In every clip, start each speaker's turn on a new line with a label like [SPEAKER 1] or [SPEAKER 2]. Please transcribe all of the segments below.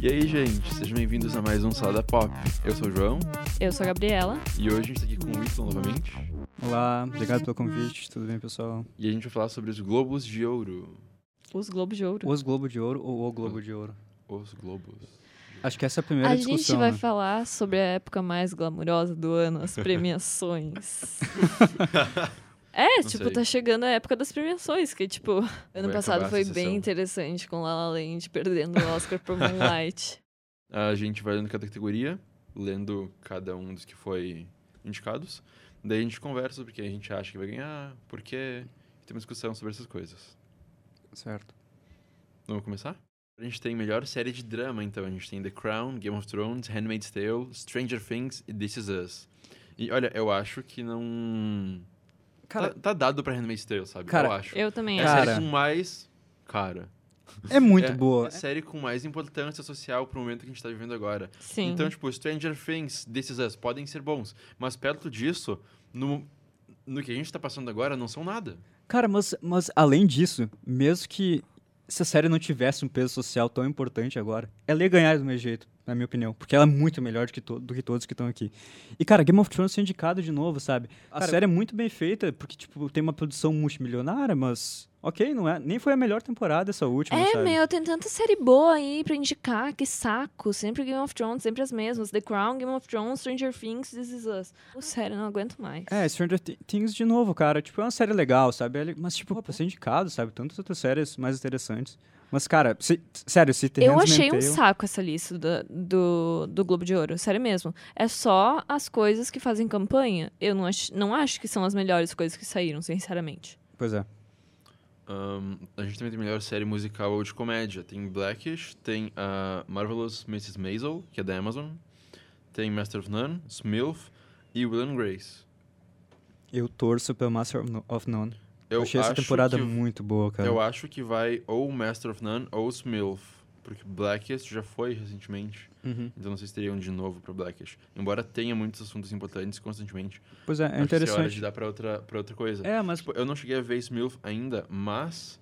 [SPEAKER 1] E aí, gente, sejam bem-vindos a mais um Salada Pop. Eu sou o João
[SPEAKER 2] Eu sou a Gabriela.
[SPEAKER 1] e hoje a gente está aqui com o Ítalo novamente.
[SPEAKER 3] Olá, obrigado pelo convite, tudo bem, pessoal?
[SPEAKER 1] E a gente vai falar sobre os Globos de Ouro.
[SPEAKER 2] Os Globos de Ouro.
[SPEAKER 3] Os Globo de Ouro ou o Globo de Ouro?
[SPEAKER 1] Os Globos.
[SPEAKER 3] Acho que essa é a primeira
[SPEAKER 2] A
[SPEAKER 3] discussão.
[SPEAKER 2] gente vai
[SPEAKER 3] né?
[SPEAKER 2] falar sobre a época mais glamurosa do ano, as premiações. É,
[SPEAKER 1] Não
[SPEAKER 2] tipo,
[SPEAKER 1] sei.
[SPEAKER 2] tá chegando a época das premiações, que, tipo, ano
[SPEAKER 1] Vai acabar
[SPEAKER 2] passado foi
[SPEAKER 1] essa
[SPEAKER 2] bem
[SPEAKER 1] sessão.
[SPEAKER 2] interessante com La La Land perdendo o Oscar pro Moonlight.
[SPEAKER 1] A gente vai lendo cada categoria, lendo cada um dos que foi indicados. Daí a gente conversa sobre o que a gente acha que vai ganhar, por quê. E tem uma discussão sobre essas coisas.
[SPEAKER 3] Certo.
[SPEAKER 1] Vamos começar? A gente tem melhor série de drama, então. A gente tem The Crown, Game of Thrones, Handmaid's Tale, Stranger Things e This Is Us. E olha, eu acho que não.
[SPEAKER 3] Cara,
[SPEAKER 1] tá, tá dado pra Handmaid's Tale, sabe?
[SPEAKER 3] Cara,
[SPEAKER 1] eu acho.
[SPEAKER 2] Eu também
[SPEAKER 1] É
[SPEAKER 2] acho.
[SPEAKER 1] a
[SPEAKER 3] Cara.
[SPEAKER 1] série com mais. Cara.
[SPEAKER 3] é muito
[SPEAKER 1] é- É
[SPEAKER 3] boa.
[SPEAKER 1] a série com mais importância social pro momento que a gente tá vivendo agora.
[SPEAKER 2] Sim.
[SPEAKER 1] Então, tipo, Stranger Things, This Is Us podem ser bons, mas perto disso, no, no que a gente tá passando agora, não são nada.
[SPEAKER 3] Cara, mas, mas além disso, mesmo que se a série não tivesse um peso social tão importante agora, ela ia ganhar do meu jeito, na minha opinião. Porque ela é muito melhor do que, to- do que todos que estão aqui. E, cara, Game of Thrones foi indicado de novo, sabe? A
[SPEAKER 4] Cara,
[SPEAKER 3] série é muito bem feita, porque, tipo, tem uma produção multimilionária, mas... Ok, não é? Nem foi a melhor temporada essa última,
[SPEAKER 2] É,
[SPEAKER 3] sabe?
[SPEAKER 2] meu, tem tanta série boa aí pra indicar, que saco. Sempre Game of Thrones, sempre as mesmas. The Crown, Game of Thrones, Stranger Things, This Is Us. Sério, não aguento mais.
[SPEAKER 3] É, Stranger Thi- Things de novo, cara. Tipo, é uma série legal, sabe? Ele- Mas, tipo, pô, ser indicado, sabe? Tantas outras séries mais interessantes. Mas, cara, se- sério, se tem
[SPEAKER 2] Eu achei um saco essa lista da- do, do, Globo de Ouro, sério mesmo. É só as coisas que fazem campanha. Eu não acho, não acho que são as melhores coisas que saíram, sinceramente.
[SPEAKER 3] Pois é.
[SPEAKER 1] Ahn, a gente também tem melhor série musical ou de comédia. Tem Blackish, tem a Marvelous Mrs. Maisel, que é da Amazon, tem Master of None, Smilf e Will and Grace.
[SPEAKER 3] Eu torço pelo Master of No- of None.
[SPEAKER 1] Eu
[SPEAKER 3] achei essa
[SPEAKER 1] acho
[SPEAKER 3] temporada
[SPEAKER 1] que,
[SPEAKER 3] muito boa, cara.
[SPEAKER 1] Eu acho que vai ou Master of None ou Smilf, porque Blackish já foi recentemente.
[SPEAKER 3] Uhum.
[SPEAKER 1] Então não sei se teriam de novo pro Blackish. Embora tenha muitos assuntos importantes constantemente.
[SPEAKER 3] Pois é,
[SPEAKER 1] acho
[SPEAKER 3] é
[SPEAKER 1] que isso É hora de
[SPEAKER 3] interessante.
[SPEAKER 1] dar pra outra, pra outra coisa.
[SPEAKER 3] É, mas.
[SPEAKER 1] Tipo, eu não cheguei a ver Smilf ainda, mas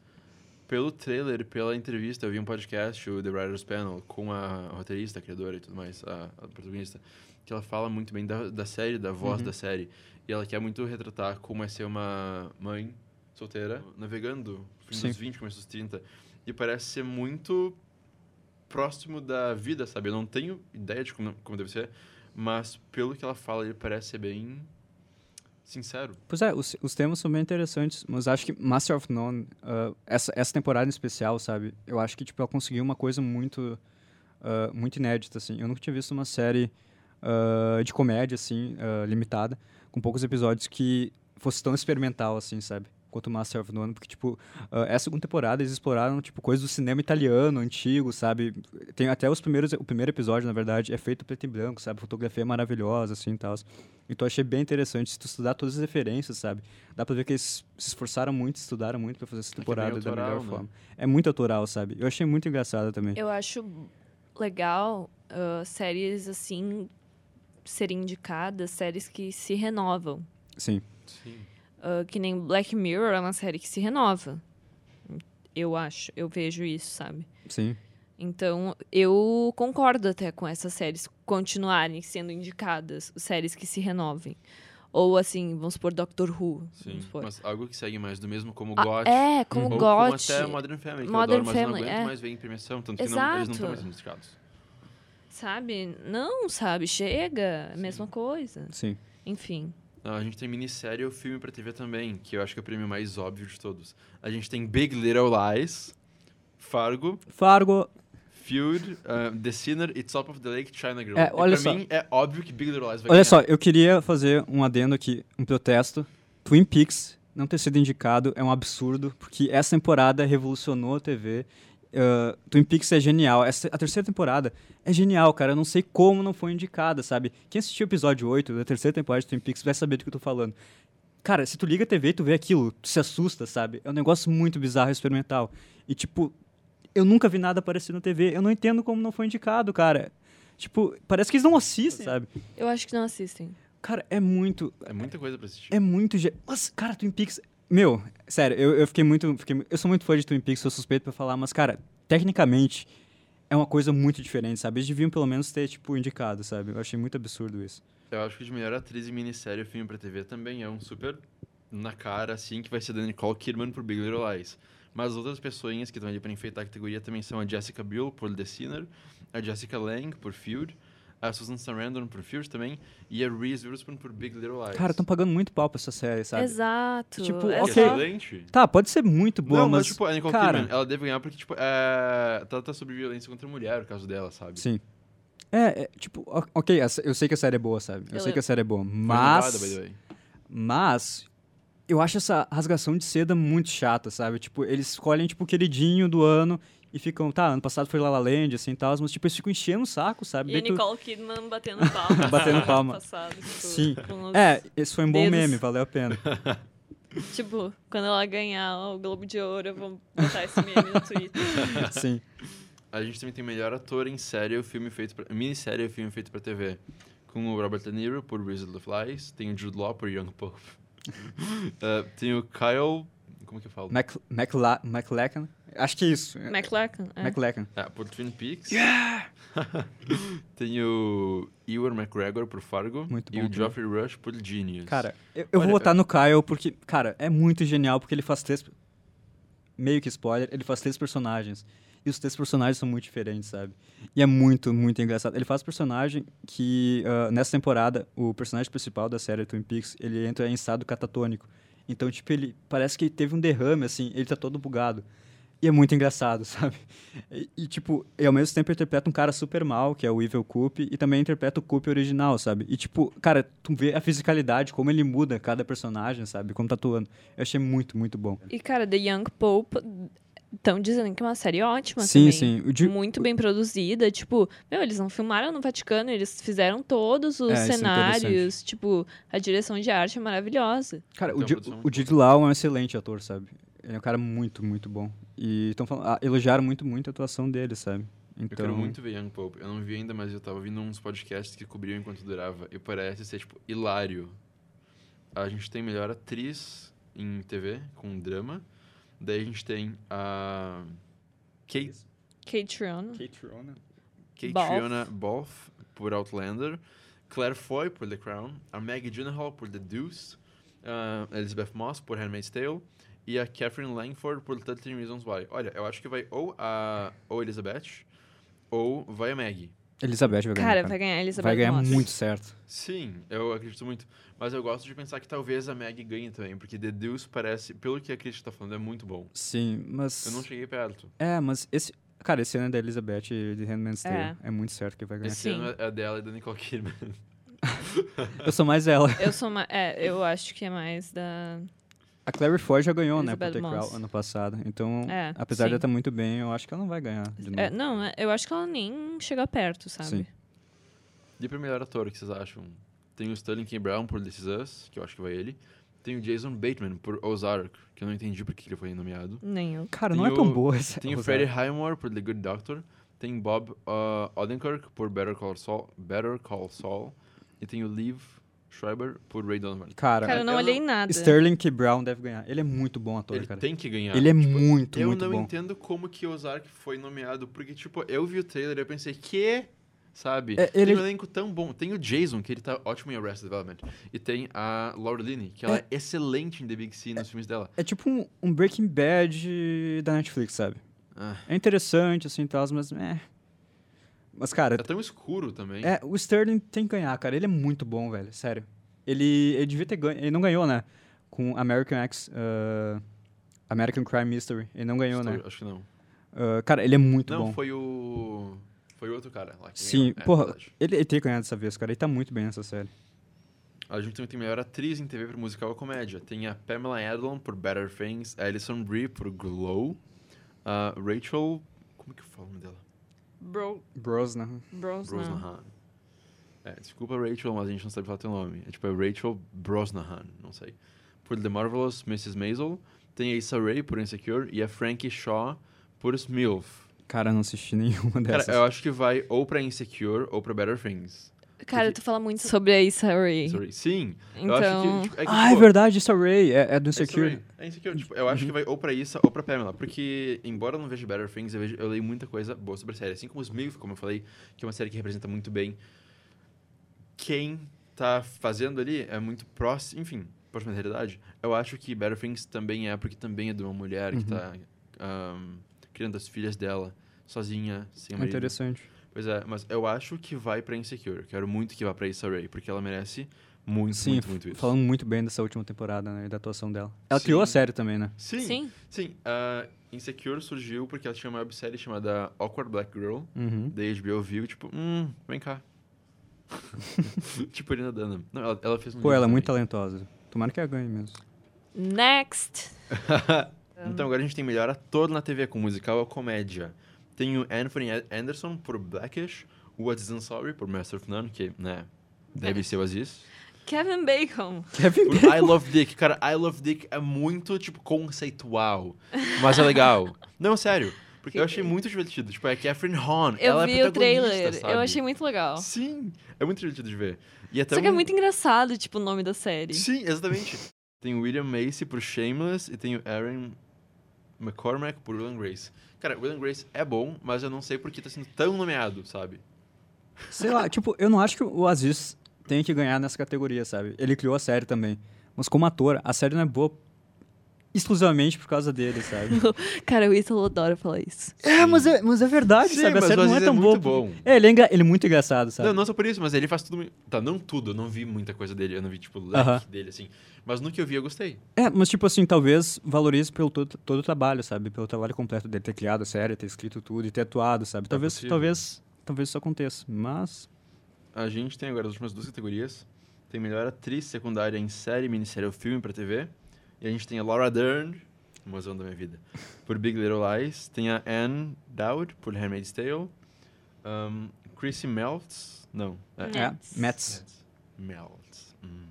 [SPEAKER 1] pelo trailer e pela entrevista, eu vi um podcast, o The Writers Panel, com a roteirista, a criadora e tudo mais, a, a protagonista, que ela fala muito bem da, da série, da voz
[SPEAKER 3] Uhum.
[SPEAKER 1] da série. E ela quer muito retratar como é ser uma mãe solteira, navegando, fim
[SPEAKER 3] Sim.
[SPEAKER 1] dos 20, começo dos 30. E parece ser muito próximo da vida, sabe? Eu não tenho ideia de como, como deve ser, mas pelo que ela fala, ele parece ser bem sincero.
[SPEAKER 3] Pois é, os, os temas são bem interessantes, mas acho que Master of None, ah, essa, essa temporada em especial, sabe? Eu acho que tipo, ela conseguiu uma coisa muito, ah, muito inédita, assim. Eu nunca tinha visto uma série ah, de comédia, assim, ah, limitada, com poucos episódios que fosse tão experimental, assim, sabe? Quanto Master of None, porque, tipo, ah, essa segunda temporada eles exploraram, tipo, coisas do cinema italiano, antigo, sabe? Tem até os primeiros, o primeiro episódio, na verdade, é feito preto e branco, sabe? Fotografia maravilhosa, assim, e tal. Então achei bem interessante se tu estudar todas as referências, sabe? Dá pra ver que eles se esforçaram muito, estudaram muito pra fazer essa
[SPEAKER 1] que é bem
[SPEAKER 3] temporada da
[SPEAKER 1] autoral,
[SPEAKER 3] melhor
[SPEAKER 1] né?
[SPEAKER 3] forma. É muito autoral, sabe? Eu achei muito engraçado também.
[SPEAKER 2] Eu acho legal ah, séries assim serem indicadas, séries que se renovam.
[SPEAKER 3] Sim.
[SPEAKER 1] Sim.
[SPEAKER 2] Ah, que nem Black Mirror é uma série que se renova. Eu acho, eu vejo isso, sabe?
[SPEAKER 3] Sim.
[SPEAKER 2] Então, eu concordo até com essas séries continuarem sendo indicadas, séries que se renovem. Ou assim, vamos supor Doctor Who.
[SPEAKER 1] Sim,
[SPEAKER 2] vamos supor.
[SPEAKER 1] mas algo que segue mais do mesmo, como
[SPEAKER 2] Ah,
[SPEAKER 1] GOT.
[SPEAKER 2] é, como
[SPEAKER 1] ou como
[SPEAKER 2] GOT.
[SPEAKER 1] até Modern Family, que
[SPEAKER 2] Modern
[SPEAKER 1] eu adoro, mas
[SPEAKER 2] Family,
[SPEAKER 1] eu não
[SPEAKER 2] é.
[SPEAKER 1] aguento mais ver em premiação, tanto que não, eles não
[SPEAKER 2] Exato.
[SPEAKER 1] estão mais indicados.
[SPEAKER 2] Sabe? Não, sabe? Chega.
[SPEAKER 1] Sim.
[SPEAKER 2] Mesma coisa.
[SPEAKER 3] Sim.
[SPEAKER 2] Enfim.
[SPEAKER 1] Ah, a gente tem minissérie ou filme pra TV também, que eu acho que é o prêmio mais óbvio de todos. A gente tem Big Little Lies, Fargo,
[SPEAKER 3] Fargo.
[SPEAKER 1] Feud, ah, The Sinner e Top of the Lake China Girl.
[SPEAKER 3] É,
[SPEAKER 1] E
[SPEAKER 3] olha
[SPEAKER 1] pra
[SPEAKER 3] só.
[SPEAKER 1] mim é óbvio que Big Little Lies vai
[SPEAKER 3] Olha
[SPEAKER 1] ganhar.
[SPEAKER 3] só, eu queria fazer um adendo aqui, um protesto. Twin Peaks não ter sido indicado é um absurdo, porque essa temporada revolucionou a TV. Ah, Twin Peaks é genial. Essa, a terceira temporada é genial, cara. Eu não sei como não foi indicada, sabe? Quem assistiu o episódio 8 da terceira temporada de Twin Peaks vai saber do que eu tô falando. Cara, se tu liga a TV e tu vê aquilo, tu se assusta, sabe? É um negócio muito bizarro e experimental. E, tipo, eu nunca vi nada aparecer na TV. Eu não entendo como não foi indicado, cara. Tipo, parece que eles não assistem, sabe?
[SPEAKER 2] Eu acho que não assistem.
[SPEAKER 3] Cara, é muito.
[SPEAKER 1] É muita coisa pra assistir.
[SPEAKER 3] É muito. ge- Mas, cara, Twin Peaks Meu, sério, eu, eu fiquei muito. Fiquei, mu- eu sou muito fã de Twin Peaks, sou suspeito pra falar, mas, cara, tecnicamente é uma coisa muito diferente, sabe? Eles deviam pelo menos ter, tipo, indicado, sabe? Eu achei muito absurdo isso.
[SPEAKER 1] Eu acho que de melhor atriz em minissérie ou filme pra TV também é um super na cara, assim, que vai ser da Nicole Kidman por Big Little Lies. Mas outras pessoinhas que estão ali pra enfeitar a categoria também são a Jessica Biel por The Sinner, a Jessica Lange por Field, a Susan Sarandon por Field também e a Reese Witherspoon por Big Little Lies.
[SPEAKER 3] Cara, estão pagando muito pau pra essa série, sabe?
[SPEAKER 2] Exato.
[SPEAKER 3] Tipo,
[SPEAKER 1] Que
[SPEAKER 2] é
[SPEAKER 1] é
[SPEAKER 3] ok.
[SPEAKER 2] só-
[SPEAKER 1] Excelente.
[SPEAKER 3] Tá, pode ser muito boa,
[SPEAKER 1] Não,
[SPEAKER 3] mas.
[SPEAKER 1] mas, tipo, a Nicole
[SPEAKER 3] cara-
[SPEAKER 1] Kidman, ela deve ganhar porque, tipo, é... trata sobre violência contra a mulher, o caso dela, sabe?
[SPEAKER 3] Sim. É, é, tipo, o- ok, a sé- eu sei que a série é boa, sabe? Eu,
[SPEAKER 2] Eu
[SPEAKER 3] sei que
[SPEAKER 2] lembro.
[SPEAKER 3] a série é boa,
[SPEAKER 1] Foi
[SPEAKER 3] mas.
[SPEAKER 1] nomeada, by the way.
[SPEAKER 3] Mas eu acho essa rasgação de seda muito chata, sabe? Tipo, eles escolhem, tipo, o queridinho do ano e ficam, tá, ano passado foi La La Land, assim, tal, mas, tipo, eles ficam enchendo o saco, sabe?
[SPEAKER 2] E a
[SPEAKER 3] Daí tu-
[SPEAKER 2] Nicole Kidman batendo palma.
[SPEAKER 3] Batendo palma.
[SPEAKER 2] Passado, tipo,
[SPEAKER 3] Sim.
[SPEAKER 2] com os-
[SPEAKER 3] É, esse foi um bom
[SPEAKER 2] dedos.
[SPEAKER 3] meme, valeu a pena.
[SPEAKER 2] Tipo, quando ela ganhar o Globo de Ouro, eu vou botar esse meme no Twitter.
[SPEAKER 3] Sim.
[SPEAKER 1] A gente também tem melhor ator em série ou filme feito pra, minissérie ou filme feito pra TV. Com o Robert De Niro por Wizard of Lies, tem o Jude Law por Young Pope. Eh, tem o Kyle. Como que eu falo?
[SPEAKER 3] Mac, Macla, Maclacan? Acho que é isso.
[SPEAKER 2] McLachlan? É.
[SPEAKER 3] Maclacan.
[SPEAKER 1] Ah, por Twin Peaks. tem o Ewan McGregor por Fargo.
[SPEAKER 3] Muito
[SPEAKER 1] e
[SPEAKER 3] bom
[SPEAKER 1] o Geoffrey Rush por Genius.
[SPEAKER 3] Cara, eu, eu vou
[SPEAKER 1] Olha,
[SPEAKER 3] votar no Kyle porque, cara, é muito genial porque ele faz três. Meio que spoiler, ele faz três personagens. E os três personagens são muito diferentes, sabe? E é muito, muito engraçado. Ele faz personagem que, ah, nessa temporada, o personagem principal da série Twin Peaks, ele entra em estado catatônico. Então, tipo, ele parece que teve um derrame, assim, ele tá todo bugado. E é muito engraçado, sabe? E, e, tipo, e ao mesmo tempo interpreta um cara super mal, que é o Evil Coop, e também interpreta o Coop original, sabe? E tipo, cara, tu vê a fisicalidade, como ele muda cada personagem, sabe? Como tá atuando. Eu achei muito, muito bom.
[SPEAKER 2] E, cara, The Young Pope, estão dizendo que é uma série ótima também.
[SPEAKER 3] sim,
[SPEAKER 2] Hum.
[SPEAKER 3] sim. O de-
[SPEAKER 2] Muito bem produzida, tipo, meu, eles não filmaram no Vaticano, eles fizeram todos os
[SPEAKER 3] É, isso é
[SPEAKER 2] cenários,
[SPEAKER 3] interessante.
[SPEAKER 2] tipo, a direção de arte é maravilhosa.
[SPEAKER 3] Cara,
[SPEAKER 1] Então,
[SPEAKER 3] o, Di-
[SPEAKER 1] produção
[SPEAKER 3] o
[SPEAKER 1] muito
[SPEAKER 3] Jude Law é um excelente ator, sabe? Ele é um cara muito, muito bom. E estão falando, ah, elogiaram muito, muito a atuação dele, sabe?
[SPEAKER 1] Eu
[SPEAKER 3] Então,
[SPEAKER 1] quero muito ver Young Pope. Eu não vi ainda, mas eu tava ouvindo uns podcasts que cobriam enquanto durava. E parece ser, tipo, hilário. A gente tem melhor atriz em TV, com drama. Daí a gente tem a.
[SPEAKER 3] é
[SPEAKER 1] Kate,
[SPEAKER 2] Kate Rion,
[SPEAKER 1] Kate
[SPEAKER 2] Balfe.
[SPEAKER 1] Fiona Bolf, por Outlander. Claire Foy, por The Crown. A Maggie Gyllenhaal, por The Deuce. A Elizabeth Moss, por Handmaid's Tale. E a Catherine Langford, por 13 Reasons Why. Olha, eu acho que vai ou a ou a Elizabeth, ou vai a Maggie.
[SPEAKER 3] Elizabeth vai ganhar.
[SPEAKER 2] Cara, vai ganhar a Elizabeth
[SPEAKER 3] Vai ganhar
[SPEAKER 2] Moss.
[SPEAKER 3] muito certo.
[SPEAKER 1] Sim, eu acredito muito. Mas eu gosto de pensar que talvez a Meg ganhe também, porque The Deuce parece, pelo que a crítica tá falando, é muito bom.
[SPEAKER 3] Sim, mas.
[SPEAKER 1] Eu não cheguei perto.
[SPEAKER 3] É, mas esse. Cara, esse ano é da Elizabeth e de Handmaid's
[SPEAKER 2] É.
[SPEAKER 3] Tale. É. muito certo que vai ganhar.
[SPEAKER 1] Esse
[SPEAKER 2] Sim.
[SPEAKER 1] ano é dela e da Nicole Kidman.
[SPEAKER 3] Eu sou mais ela.
[SPEAKER 2] Eu sou uma, é, eu acho que é mais da
[SPEAKER 3] A Clary Foy já ganhou, né, por
[SPEAKER 2] Elizabeth
[SPEAKER 3] The Crown
[SPEAKER 2] Moss.
[SPEAKER 3] ano passado. Então,
[SPEAKER 2] É,
[SPEAKER 3] apesar de
[SPEAKER 2] sim.
[SPEAKER 3] ela estar muito bem, eu acho que ela não vai ganhar de novo.
[SPEAKER 2] É, não, é, eu acho que ela nem chega perto, sabe?
[SPEAKER 3] Sim.
[SPEAKER 1] E pra melhor ator, o que vocês acham? Tem o Sterling K. Brown por This Is Us, que eu acho que vai ele. Tem o Jason Bateman por Ozark, que eu não entendi porque ele foi nomeado.
[SPEAKER 2] Nem eu.
[SPEAKER 3] Cara,
[SPEAKER 1] Tem
[SPEAKER 3] não é tão
[SPEAKER 1] o-
[SPEAKER 3] boa essa.
[SPEAKER 1] Tem o
[SPEAKER 3] Rosário.
[SPEAKER 1] Freddie Highmore por The Good Doctor. Tem Bob uh, Odenkirk por Better Call Saul. Better Call Saul. E tem o Liv Schreiber por Ray Donovan.
[SPEAKER 3] Cara,
[SPEAKER 2] Cara, eu não
[SPEAKER 1] eu
[SPEAKER 2] olhei
[SPEAKER 1] não-
[SPEAKER 2] nada.
[SPEAKER 3] Sterling K. Brown deve ganhar. Ele é muito bom ator,
[SPEAKER 1] Ele
[SPEAKER 3] cara.
[SPEAKER 1] tem que ganhar.
[SPEAKER 3] Ele é muito,
[SPEAKER 1] Eu
[SPEAKER 3] muito
[SPEAKER 1] não
[SPEAKER 3] bom.
[SPEAKER 1] entendo como que Ozark foi nomeado, porque, tipo, eu vi o trailer e eu pensei, que? Sabe?
[SPEAKER 3] É,
[SPEAKER 1] Tem
[SPEAKER 3] ele-
[SPEAKER 1] um elenco tão bom. Tem o Jason, que ele tá ótimo em Arrested Development. E tem a Laura Linney, que ela é, excelente em The Big C nos filmes dela.
[SPEAKER 3] É tipo um, um Breaking Bad da Netflix, sabe?
[SPEAKER 1] Ah.
[SPEAKER 3] É interessante, assim, tal, mas... É. Mas, cara,
[SPEAKER 1] É tão escuro também.
[SPEAKER 3] É, o Sterling tem que ganhar, cara. Ele é muito bom, velho. Sério. Ele, ele devia ter ganho. Ele não ganhou, né? Com American X. ah, American Crime Mystery. Ele não ganhou,
[SPEAKER 1] Estou-
[SPEAKER 3] né?
[SPEAKER 1] Acho que não.
[SPEAKER 3] Ah, cara, ele é muito
[SPEAKER 1] não,
[SPEAKER 3] bom.
[SPEAKER 1] foi o. Foi o outro cara lá. que
[SPEAKER 3] Sim,
[SPEAKER 1] ganhou. É,
[SPEAKER 3] porra,
[SPEAKER 1] verdade.
[SPEAKER 3] ele, ele tem que ganhar dessa vez, cara. Ele tá muito bem nessa série.
[SPEAKER 1] A gente também tem melhor atriz em TV por musical ou comédia. Tem a Pamela Adlon por Better Things, a Alison Brie por Glow, a Rachel. Como que eu falo o nome dela?
[SPEAKER 2] Bro,
[SPEAKER 3] Brosnan.
[SPEAKER 2] Brosnan.
[SPEAKER 1] Brosnahan. É, desculpa, Rachel, mas a gente não sabe falar teu nome. É tipo, é Rachel Brosnahan, não sei. Por The Marvelous Mrs. Maisel, tem a Issa Rae por Insecure e a Frankie Shaw por Smilf.
[SPEAKER 3] Cara, eu não assisti nenhuma
[SPEAKER 1] Cara,
[SPEAKER 3] dessas.
[SPEAKER 1] eu acho que vai ou pra Insecure ou pra Better Things.
[SPEAKER 2] Cara, tu fala muito sobre a Issa Rae.
[SPEAKER 1] Sorry. Sim. Eu acho
[SPEAKER 2] Então,
[SPEAKER 1] que, tipo, é que,
[SPEAKER 3] Ah, é
[SPEAKER 1] pô,
[SPEAKER 3] verdade, isso é Ray, é, é do
[SPEAKER 1] É
[SPEAKER 3] Insecure. Uhum.
[SPEAKER 1] Insecure. É Insecure. Tipo, eu acho que vai ou pra isso ou pra Pamela. Porque, embora eu não veja Better Things, eu, vejo, eu leio muita coisa boa sobre a série. Assim como os Smith, como eu falei, que é uma série que representa muito bem quem tá fazendo ali, é muito próximo. Enfim, próxima da realidade. Eu acho que Better Things também é, porque também é de uma mulher
[SPEAKER 3] Uhum.
[SPEAKER 1] que tá ahm, criando as filhas dela sozinha, sem
[SPEAKER 3] É
[SPEAKER 1] marido.
[SPEAKER 3] interessante.
[SPEAKER 1] Pois é, mas eu acho que vai pra Insecure. Quero muito que vá pra Issa Rae, porque ela merece muito,
[SPEAKER 3] Sim,
[SPEAKER 1] muito, muito isso.
[SPEAKER 3] falando muito bem dessa última temporada, né, e da atuação dela. Ela
[SPEAKER 1] Sim.
[SPEAKER 3] criou a série também, né?
[SPEAKER 1] Sim.
[SPEAKER 2] Sim.
[SPEAKER 1] Sim, a Insecure surgiu porque ela tinha uma websérie chamada Awkward Black Girl.
[SPEAKER 3] Uhum.
[SPEAKER 1] Da HBO viu, tipo, hum, vem cá. tipo, Irina Dunham. Não, ela, ela fez um
[SPEAKER 3] Pô,
[SPEAKER 1] livro
[SPEAKER 3] ela é muito
[SPEAKER 1] também.
[SPEAKER 3] talentosa. Tomara que ela ganhe mesmo.
[SPEAKER 2] Next.
[SPEAKER 1] Então, agora a gente tem melhor ator na TV com musical ou comédia. Tem o Anthony Ad- Anderson por Blackish, o Aziz Ansari por Master of None, que, né, deve ser o Aziz.
[SPEAKER 2] Kevin Bacon.
[SPEAKER 3] Kevin
[SPEAKER 1] O I Love Dick, cara, I Love Dick é muito, tipo, conceitual, mas é legal. Não, sério, porque eu achei muito divertido. Tipo, é a Catherine Hahn,
[SPEAKER 2] Eu
[SPEAKER 1] ela
[SPEAKER 2] vi
[SPEAKER 1] é
[SPEAKER 2] o trailer.
[SPEAKER 1] sabe?
[SPEAKER 2] Eu achei muito legal.
[SPEAKER 1] Sim, é muito divertido de ver. E até
[SPEAKER 2] Só que é
[SPEAKER 1] um-
[SPEAKER 2] muito engraçado, tipo, o nome da série.
[SPEAKER 1] Sim, exatamente. tem o William Macy por Shameless e tem o Aaron McCormack por Will and Grace. Cara, Will and Grace é bom, mas eu não sei porque tá sendo tão nomeado, sabe?
[SPEAKER 3] Sei lá, tipo, eu não acho que o Aziz tem que ganhar nessa categoria, sabe? Ele criou a série também. Mas como ator, a série não é boa exclusivamente por causa dele, sabe?
[SPEAKER 2] Cara, o Ítalo adora falar isso.
[SPEAKER 3] é, mas é, mas é verdade,
[SPEAKER 1] Sim,
[SPEAKER 3] sabe? A
[SPEAKER 1] mas
[SPEAKER 3] série
[SPEAKER 1] o
[SPEAKER 3] não é
[SPEAKER 1] Aziz é
[SPEAKER 3] tão boa.
[SPEAKER 1] muito
[SPEAKER 3] por-
[SPEAKER 1] bom.
[SPEAKER 3] É, ele é, engra- ele é muito engraçado, sabe?
[SPEAKER 1] Não, não só por isso, mas ele faz tudo. mui- Tá, não tudo, eu não vi muita coisa dele, eu não vi, tipo, o leque
[SPEAKER 3] Aham.
[SPEAKER 1] dele, assim. Mas no que eu vi, eu gostei.
[SPEAKER 3] É, mas tipo assim, talvez valorize pelo todo, todo o trabalho, sabe? Pelo trabalho completo dele ter criado a série, ter escrito tudo e ter atuado, sabe? Talvez,
[SPEAKER 1] possível.
[SPEAKER 3] talvez, talvez isso aconteça, mas...
[SPEAKER 1] A gente tem agora as últimas duas categorias. Tem melhor atriz secundária em série, minissérie ou filme pra TV. E a gente tem a Laura Dern, o mozão da minha vida, por Big Little Lies. Tem a Anne Dowd, por Handmaid's Tale. Ahm, Chrissy Meltz, não.
[SPEAKER 2] Hum.
[SPEAKER 3] É,
[SPEAKER 2] Mets.
[SPEAKER 3] Mets.
[SPEAKER 1] Meltz. Hum.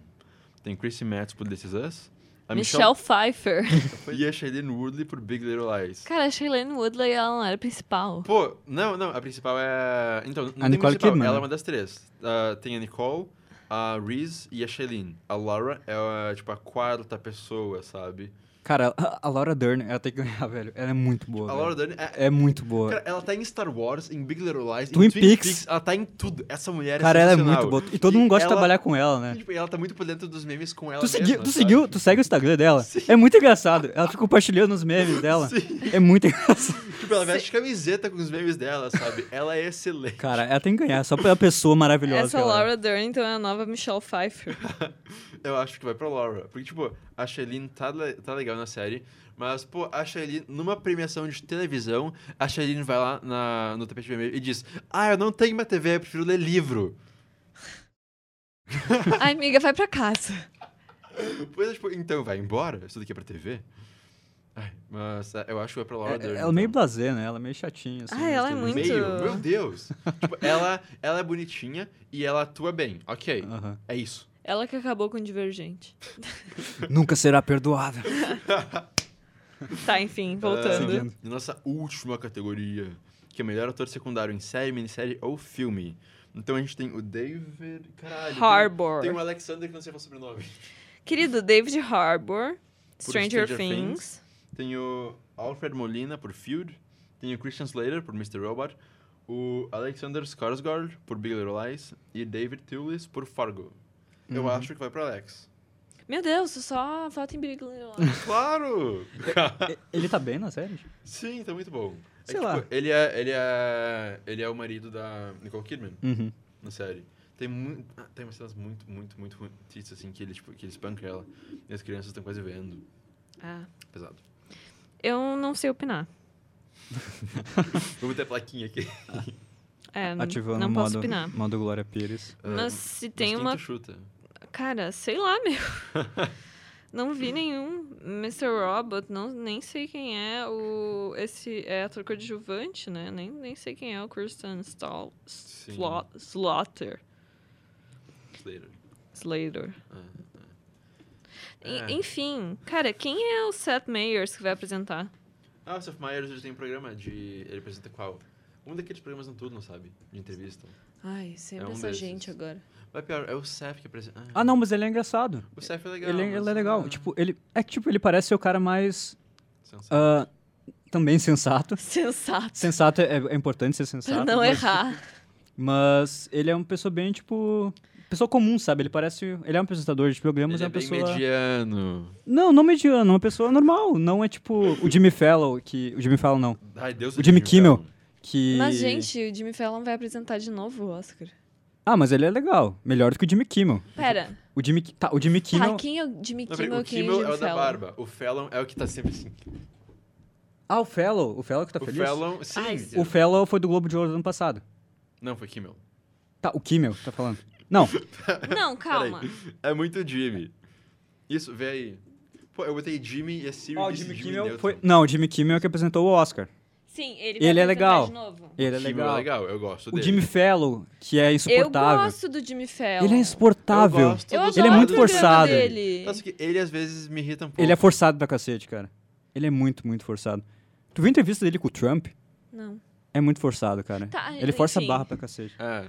[SPEAKER 1] Tem Chrissy Meltz por This Is Us. A
[SPEAKER 2] Michelle Pfeiffer.
[SPEAKER 1] Michelle e a Shailene Woodley por Big Little Lies.
[SPEAKER 2] Cara, a Shailene Woodley, ela não era a principal.
[SPEAKER 1] Pô, não, não, a principal é. Então, não
[SPEAKER 3] A
[SPEAKER 1] tem
[SPEAKER 3] Nicole
[SPEAKER 1] principal,
[SPEAKER 3] Kidman,
[SPEAKER 1] ela é
[SPEAKER 3] né?
[SPEAKER 1] uma das três. Ah, tem a Nicole, a Reese e a Shailene. A Laura é, ah, tipo, a quarta pessoa, sabe?
[SPEAKER 3] Cara, a, a Laura Dern, ela tem que ganhar, velho. Ela é muito boa,
[SPEAKER 1] A
[SPEAKER 3] velho.
[SPEAKER 1] Laura Dern é.
[SPEAKER 3] É muito boa.
[SPEAKER 1] Cara, ela tá em Star Wars, em Big Little Lies, em
[SPEAKER 3] Twin
[SPEAKER 1] Twin
[SPEAKER 3] Peaks.
[SPEAKER 1] Peaks, ela tá em tudo. Essa mulher
[SPEAKER 3] Cara,
[SPEAKER 1] é
[SPEAKER 3] ela é
[SPEAKER 1] sensacional.
[SPEAKER 3] muito boa. E todo mundo gosta de
[SPEAKER 1] ela-
[SPEAKER 3] trabalhar com ela,
[SPEAKER 1] E,
[SPEAKER 3] né?
[SPEAKER 1] tipo, ela tá muito por dentro dos memes com ela
[SPEAKER 3] Tu, segui,
[SPEAKER 1] mesma,
[SPEAKER 3] tu
[SPEAKER 1] sabe?
[SPEAKER 3] seguiu, tu segue o Instagram dela?
[SPEAKER 1] Sim.
[SPEAKER 3] É muito engraçado. Ela fica compartilhando os memes dela.
[SPEAKER 1] Sim.
[SPEAKER 3] É muito engraçado.
[SPEAKER 1] Tipo, ela veste camiseta com os memes dela, sabe? Ela é excelente.
[SPEAKER 3] Cara, ela tem que ganhar, só pela pessoa maravilhosa
[SPEAKER 2] Essa
[SPEAKER 3] que ela é.
[SPEAKER 2] Laura Dern, então, é a nova Michelle Pfeiffer.
[SPEAKER 1] Eu acho que vai pra Laura. Porque, tipo, a Shailene tá, le- tá legal na série, mas, pô, a Shailene, numa premiação de televisão, a Shailene vai lá na, no tapete vermelho e diz: Ah, eu não tenho uma TV, eu prefiro ler livro.
[SPEAKER 2] Ai, amiga, vai pra casa.
[SPEAKER 1] Pois é, tipo, então vai embora? Isso daqui é pra TV? Ai, mas é, eu acho que vai pra Laura.
[SPEAKER 3] É-
[SPEAKER 1] Dern,
[SPEAKER 3] Ela é meio
[SPEAKER 1] então.
[SPEAKER 3] blasé, né? Ela é meio chatinha, assim.
[SPEAKER 2] Ah,
[SPEAKER 3] mas
[SPEAKER 2] ela é
[SPEAKER 3] tem-
[SPEAKER 2] muito-
[SPEAKER 1] Meio? Meu Deus! tipo, ela, ela é bonitinha e ela atua bem. Ok,
[SPEAKER 3] Aham.
[SPEAKER 1] é isso.
[SPEAKER 2] Ela que acabou com Divergente.
[SPEAKER 3] Nunca será perdoada.
[SPEAKER 2] Tá, enfim, voltando.
[SPEAKER 3] seguindo.
[SPEAKER 1] Ah, e nossa última categoria, que é melhor ator secundário em série, minissérie ou filme. Então a gente tem o David. Caralho. tem-
[SPEAKER 2] Harbour.
[SPEAKER 1] Tem o Alexander que não sei qual é o sobrenome.
[SPEAKER 2] Querido David Harbour,
[SPEAKER 1] Por
[SPEAKER 2] Stranger,
[SPEAKER 1] Stranger
[SPEAKER 2] Things.
[SPEAKER 1] Tem o Alfred Molina por Feud. Tem o Christian Slater por Mr. Robot. O Alexander Skarsgård por Big Little Lies. E David Thewlis por Fargo. Eu
[SPEAKER 3] Uhum.
[SPEAKER 1] acho que vai pra Alex.
[SPEAKER 2] Meu Deus, eu só voto em Big Little Lies.
[SPEAKER 1] Claro!
[SPEAKER 3] Ele tá bem na série?
[SPEAKER 1] Sim, tá muito bom. É
[SPEAKER 3] Sei
[SPEAKER 1] que,
[SPEAKER 3] lá.
[SPEAKER 1] tipo, ele é, ele é. Ele é o marido da Nicole Kidman.
[SPEAKER 3] Uhum.
[SPEAKER 1] na série. Tem muito. ah, Tem umas cenas muito, muito, muito ruins, tristes, assim, que ele, tipo, que ele espanca ela. E as crianças estão quase vendo.
[SPEAKER 2] Ah,
[SPEAKER 1] Pesado.
[SPEAKER 2] eu não sei opinar.
[SPEAKER 1] Vou botar a plaquinha aqui.
[SPEAKER 2] É, n-
[SPEAKER 3] Ativando
[SPEAKER 2] não
[SPEAKER 3] o
[SPEAKER 2] posso
[SPEAKER 3] modo,
[SPEAKER 2] opinar.
[SPEAKER 3] modo Glória Pires.
[SPEAKER 2] Mas
[SPEAKER 1] Ah,
[SPEAKER 2] se
[SPEAKER 1] mas
[SPEAKER 2] tem
[SPEAKER 1] quem
[SPEAKER 2] uma.
[SPEAKER 1] tu chuta.
[SPEAKER 2] Cara, sei lá, meu. Não vi nenhum Mr. Robot, não, nem sei quem é o. Esse é ator coadjuvante, né? Nem, nem sei quem é o Kristen Stahl,
[SPEAKER 1] Sim.
[SPEAKER 2] Sla- Slaughter.
[SPEAKER 1] Slater.
[SPEAKER 2] Slater.
[SPEAKER 1] Ah, ah.
[SPEAKER 2] En-
[SPEAKER 1] É.
[SPEAKER 2] Enfim, cara, quem é o Seth Meyers que vai apresentar?
[SPEAKER 1] Ah, o Seth Meyers ele tem um programa de. Ele apresenta qual? Um daqueles programas no tudo, não sabe? De entrevista.
[SPEAKER 2] Ai, sempre
[SPEAKER 1] É um
[SPEAKER 2] essa
[SPEAKER 1] desses.
[SPEAKER 2] gente agora.
[SPEAKER 1] Mas pior, é o Seth que aparece.
[SPEAKER 3] Ah, não, mas ele é engraçado.
[SPEAKER 1] O Seth é legal.
[SPEAKER 3] Ele, é-
[SPEAKER 1] mas-
[SPEAKER 3] ele é legal.
[SPEAKER 1] Ah,
[SPEAKER 3] Tipo, ele, é que tipo, ele parece ser o cara mais.
[SPEAKER 1] sensato.
[SPEAKER 3] ah, também sensato.
[SPEAKER 2] Sensato.
[SPEAKER 3] Sensato é, é importante ser
[SPEAKER 2] Pra
[SPEAKER 3] sensato.
[SPEAKER 2] não é
[SPEAKER 3] mas,
[SPEAKER 2] errar.
[SPEAKER 3] Mas ele é uma pessoa bem, tipo. Pessoa comum, sabe? Ele parece. Ele é um apresentador de programas,
[SPEAKER 1] ele
[SPEAKER 3] é
[SPEAKER 1] é
[SPEAKER 3] uma
[SPEAKER 1] bem
[SPEAKER 3] pessoa.
[SPEAKER 1] mediano.
[SPEAKER 3] Não, não mediano, uma pessoa normal. Não é tipo o Jimmy Fallon, que. O Jimmy Fallon não.
[SPEAKER 1] Ai, Deus
[SPEAKER 3] O Jimmy Kimmel.
[SPEAKER 1] Fallon.
[SPEAKER 3] Que...
[SPEAKER 2] Mas, gente, o Jimmy Fallon vai apresentar de novo o Oscar.
[SPEAKER 3] Ah, mas ele é legal. Melhor do que o Jimmy Kimmel.
[SPEAKER 2] Pera,
[SPEAKER 3] O Jimmy, tá, o Jimmy Kimmel.
[SPEAKER 2] tá, quem é o Jimmy
[SPEAKER 1] Não, peraí,
[SPEAKER 2] Kimmel?
[SPEAKER 1] o
[SPEAKER 2] quem
[SPEAKER 1] Kimmel é
[SPEAKER 2] Jimmy
[SPEAKER 1] o da
[SPEAKER 2] Fallon?
[SPEAKER 1] barba. O Fallon é o que tá sempre assim.
[SPEAKER 3] Ah, o Fellow. O Fellow que tá
[SPEAKER 1] o
[SPEAKER 3] feliz?
[SPEAKER 1] Fallon, sim.
[SPEAKER 2] Ai, sim.
[SPEAKER 3] O Fellow foi do Globo de Ouro do ano passado.
[SPEAKER 1] Não, foi Kimmel.
[SPEAKER 3] Tá, o Kimmel, tá falando. Não,
[SPEAKER 2] Não, calma.
[SPEAKER 1] É muito Jimmy. Isso, vê aí. Pô, eu botei Jimmy e a Siri
[SPEAKER 3] ó, o
[SPEAKER 1] disse
[SPEAKER 3] Jimmy
[SPEAKER 1] Jimmy
[SPEAKER 3] Kimmel
[SPEAKER 1] Neutron.
[SPEAKER 3] foi... Não, o Jimmy Kimmel é o que apresentou o Oscar.
[SPEAKER 2] Sim, ele
[SPEAKER 3] E
[SPEAKER 2] vai
[SPEAKER 3] ele é
[SPEAKER 2] apresentar
[SPEAKER 3] legal.
[SPEAKER 2] de novo.
[SPEAKER 3] Ele é
[SPEAKER 1] Kimmel
[SPEAKER 3] legal.
[SPEAKER 1] é legal, eu gosto
[SPEAKER 3] O
[SPEAKER 1] dele.
[SPEAKER 3] Jimmy é Fellow, que é
[SPEAKER 2] Eu
[SPEAKER 3] insuportável.
[SPEAKER 2] gosto do Jimmy Fallon.
[SPEAKER 3] Ele é
[SPEAKER 1] eu
[SPEAKER 3] insuportável.
[SPEAKER 1] gosto
[SPEAKER 2] um- Eu
[SPEAKER 1] dos
[SPEAKER 3] Ele é
[SPEAKER 2] adoro
[SPEAKER 3] muito
[SPEAKER 2] o programa
[SPEAKER 3] forçado.
[SPEAKER 2] Dele.
[SPEAKER 1] Nossa, que ele às vezes me irrita um pouco.
[SPEAKER 3] Ele é forçado da cacete, cara. Ele é muito, muito forçado. Tu viu a entrevista dele com o Trump?
[SPEAKER 2] Não.
[SPEAKER 3] É muito forçado, cara.
[SPEAKER 2] Tá,
[SPEAKER 3] Ele força
[SPEAKER 2] enfim.
[SPEAKER 3] a barra pra cacete.
[SPEAKER 1] É.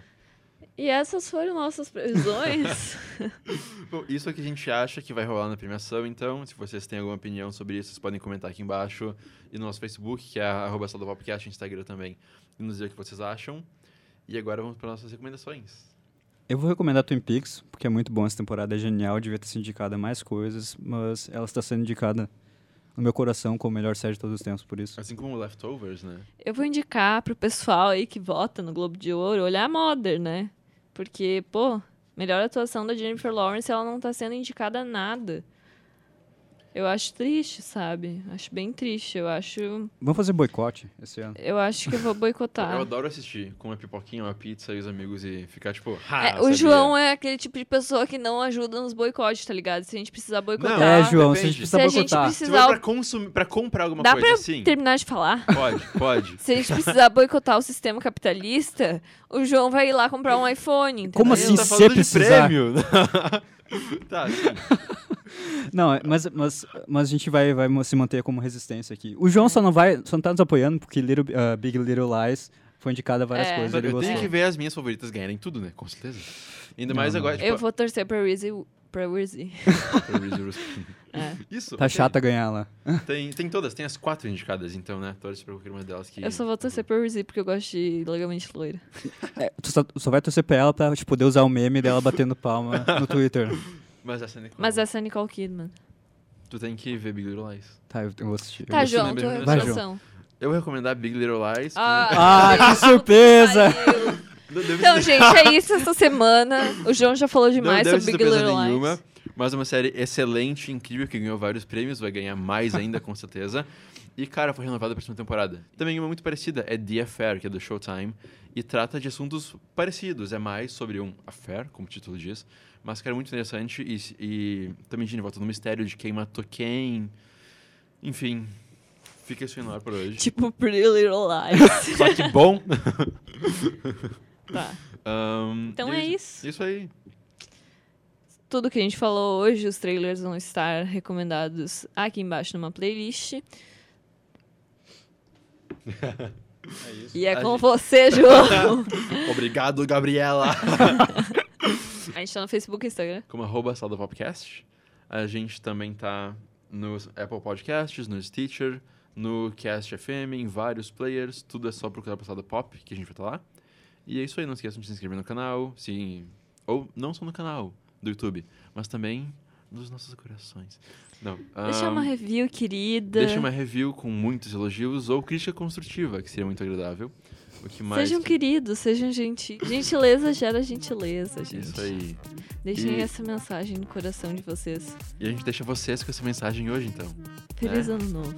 [SPEAKER 2] E essas foram nossas previsões.
[SPEAKER 1] Bom, isso é o que a gente acha que vai rolar na premiação, então, se vocês têm alguma opinião sobre isso, vocês podem comentar aqui embaixo e no nosso Facebook, que é arroba Podcast, Instagram também, e nos dizer o que vocês acham. E agora vamos para nossas recomendações.
[SPEAKER 3] Eu vou recomendar Twin Peaks, porque é muito bom essa temporada, é genial, devia ter sido indicada a mais coisas, mas ela está sendo indicada no meu coração como a melhor série de todos os tempos, por isso.
[SPEAKER 1] Assim como Leftovers, né?
[SPEAKER 2] Eu vou indicar pro pessoal aí que vota no Globo de Ouro olhar a Mother, né? Porque, pô, melhor atuação da Jennifer Lawrence, ela não tá sendo indicada a nada. Eu acho triste, sabe? Acho bem triste. Eu acho,
[SPEAKER 3] Vamos fazer boicote esse ano.
[SPEAKER 2] eu acho que eu vou
[SPEAKER 1] Eu
[SPEAKER 2] boicotar.
[SPEAKER 1] adoro assistir com uma pipoquinha, uma pizza e os amigos e ficar tipo,
[SPEAKER 2] É,
[SPEAKER 3] Ah,
[SPEAKER 1] "Ha,
[SPEAKER 2] o
[SPEAKER 1] sabia."
[SPEAKER 2] João é aquele tipo de pessoa que não ajuda nos boicotes, tá ligado? Se a gente precisar boicotar.
[SPEAKER 1] Não,
[SPEAKER 3] é, João, se a
[SPEAKER 1] depende.
[SPEAKER 3] gente
[SPEAKER 2] Tá, se
[SPEAKER 3] precisa
[SPEAKER 2] a gente
[SPEAKER 3] boicotar. Tipo,
[SPEAKER 1] Se for pra,
[SPEAKER 2] precisar.
[SPEAKER 1] consumir, pra comprar alguma
[SPEAKER 2] Dá
[SPEAKER 1] coisa, assim?
[SPEAKER 2] pra
[SPEAKER 1] sim.
[SPEAKER 2] terminar de falar?
[SPEAKER 1] Pode, pode.
[SPEAKER 2] Se a gente precisar boicotar o sistema capitalista, o João vai ir lá comprar um iPhone. Entendeu?
[SPEAKER 3] Como
[SPEAKER 1] Você
[SPEAKER 3] assim?
[SPEAKER 1] tá
[SPEAKER 3] se
[SPEAKER 1] falando de
[SPEAKER 3] precisar.
[SPEAKER 1] prêmio? tá, sim.
[SPEAKER 3] Não, é- mas, mas, mas a gente vai, vai mo- se manter como resistência aqui. O João só não vai, só não tá nos apoiando, porque Little, ah, Big Little Lies foi indicada a várias
[SPEAKER 2] É.
[SPEAKER 3] coisas,
[SPEAKER 1] Sabe,
[SPEAKER 3] ele
[SPEAKER 1] eu tenho
[SPEAKER 3] gostou.
[SPEAKER 1] que ver as minhas favoritas ganharem tudo, né? Com certeza. Ainda
[SPEAKER 3] Não,
[SPEAKER 1] mais
[SPEAKER 3] não.
[SPEAKER 1] agora, tipo,
[SPEAKER 2] Eu vou torcer pra Rizzy. Pra Rizzy.
[SPEAKER 1] pra Reese Witherspoon.
[SPEAKER 2] É.
[SPEAKER 1] Isso.
[SPEAKER 3] Tá
[SPEAKER 1] ok.
[SPEAKER 3] chata ganhar lá.
[SPEAKER 1] Tem, tem todas, tem as quatro indicadas, então, né? Torce pra qualquer uma delas que.
[SPEAKER 2] Eu só vou torcer pra Rizzy porque eu gosto de legalmente loira.
[SPEAKER 3] É, tu só, só vai torcer pra ela pra tipo, poder usar o meme dela batendo palma no Twitter.
[SPEAKER 1] Mas essa é Nicole.
[SPEAKER 2] Mas essa é a Nicole Kidman.
[SPEAKER 1] Tu tem que ver Big Little Lies.
[SPEAKER 3] Tá, eu, eu vou assistir.
[SPEAKER 2] Tá,
[SPEAKER 1] gostei
[SPEAKER 2] João,
[SPEAKER 1] da
[SPEAKER 2] tua
[SPEAKER 1] minha
[SPEAKER 2] recomendação.
[SPEAKER 1] Eu vou recomendar Big Little Lies. com-
[SPEAKER 3] Ah, que surpresa!
[SPEAKER 1] Não deve
[SPEAKER 2] Então, gente, é isso essa semana. O João já falou demais
[SPEAKER 1] não deve
[SPEAKER 2] sobre
[SPEAKER 1] ser
[SPEAKER 2] Big
[SPEAKER 1] surpresa
[SPEAKER 2] Little
[SPEAKER 1] nenhuma,
[SPEAKER 2] Lies.
[SPEAKER 1] Mas é uma série excelente, incrível, que ganhou vários prêmios, vai ganhar mais ainda, com certeza. E, cara, foi renovada pra segunda temporada. Também uma muito parecida, é The Affair, que é do Showtime, e trata de assuntos parecidos. É mais sobre um affair, como o título diz, mas, cara, é muito interessante e, e também gira em volta do mistério de quem matou quem. Enfim, fica isso aí no ar por hoje.
[SPEAKER 2] Tipo Pretty Little Lies.
[SPEAKER 1] Só que bom!
[SPEAKER 2] tá.
[SPEAKER 1] Ahn,
[SPEAKER 2] Então
[SPEAKER 1] e
[SPEAKER 2] é isso.
[SPEAKER 1] Isso aí.
[SPEAKER 2] Tudo que a gente falou hoje, os trailers vão estar recomendados aqui embaixo numa playlist. E é
[SPEAKER 1] A
[SPEAKER 2] com
[SPEAKER 1] gente-
[SPEAKER 2] você, João.
[SPEAKER 1] Obrigado, Gabriela!
[SPEAKER 2] a gente tá no Facebook e Instagram.
[SPEAKER 1] como arroba Salda Popcast. A gente também tá no Apple Podcasts, no Stitcher, no Cast FM, em vários players. Tudo é só procurar por Salda Pop, que a gente vai estar lá. E é isso aí, não esqueçam de se inscrever no canal, se... ou não só no canal do YouTube, mas também nos nossos corações. Não,
[SPEAKER 2] Deixa
[SPEAKER 1] ahn,
[SPEAKER 2] uma review, querida.
[SPEAKER 1] deixa uma review com muitos elogios ou crítica construtiva, que seria muito agradável. O que mais...
[SPEAKER 2] Sejam queridos, sejam gentis. Gentileza gera gentileza, gente.
[SPEAKER 1] Isso aí.
[SPEAKER 2] Deixem
[SPEAKER 1] E-
[SPEAKER 2] essa mensagem no coração de vocês.
[SPEAKER 1] E a gente deixa vocês com essa mensagem hoje, então.
[SPEAKER 2] Feliz
[SPEAKER 1] É.
[SPEAKER 2] ano novo.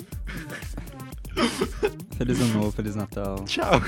[SPEAKER 3] Feliz ano novo, Feliz Natal.
[SPEAKER 1] Tchau!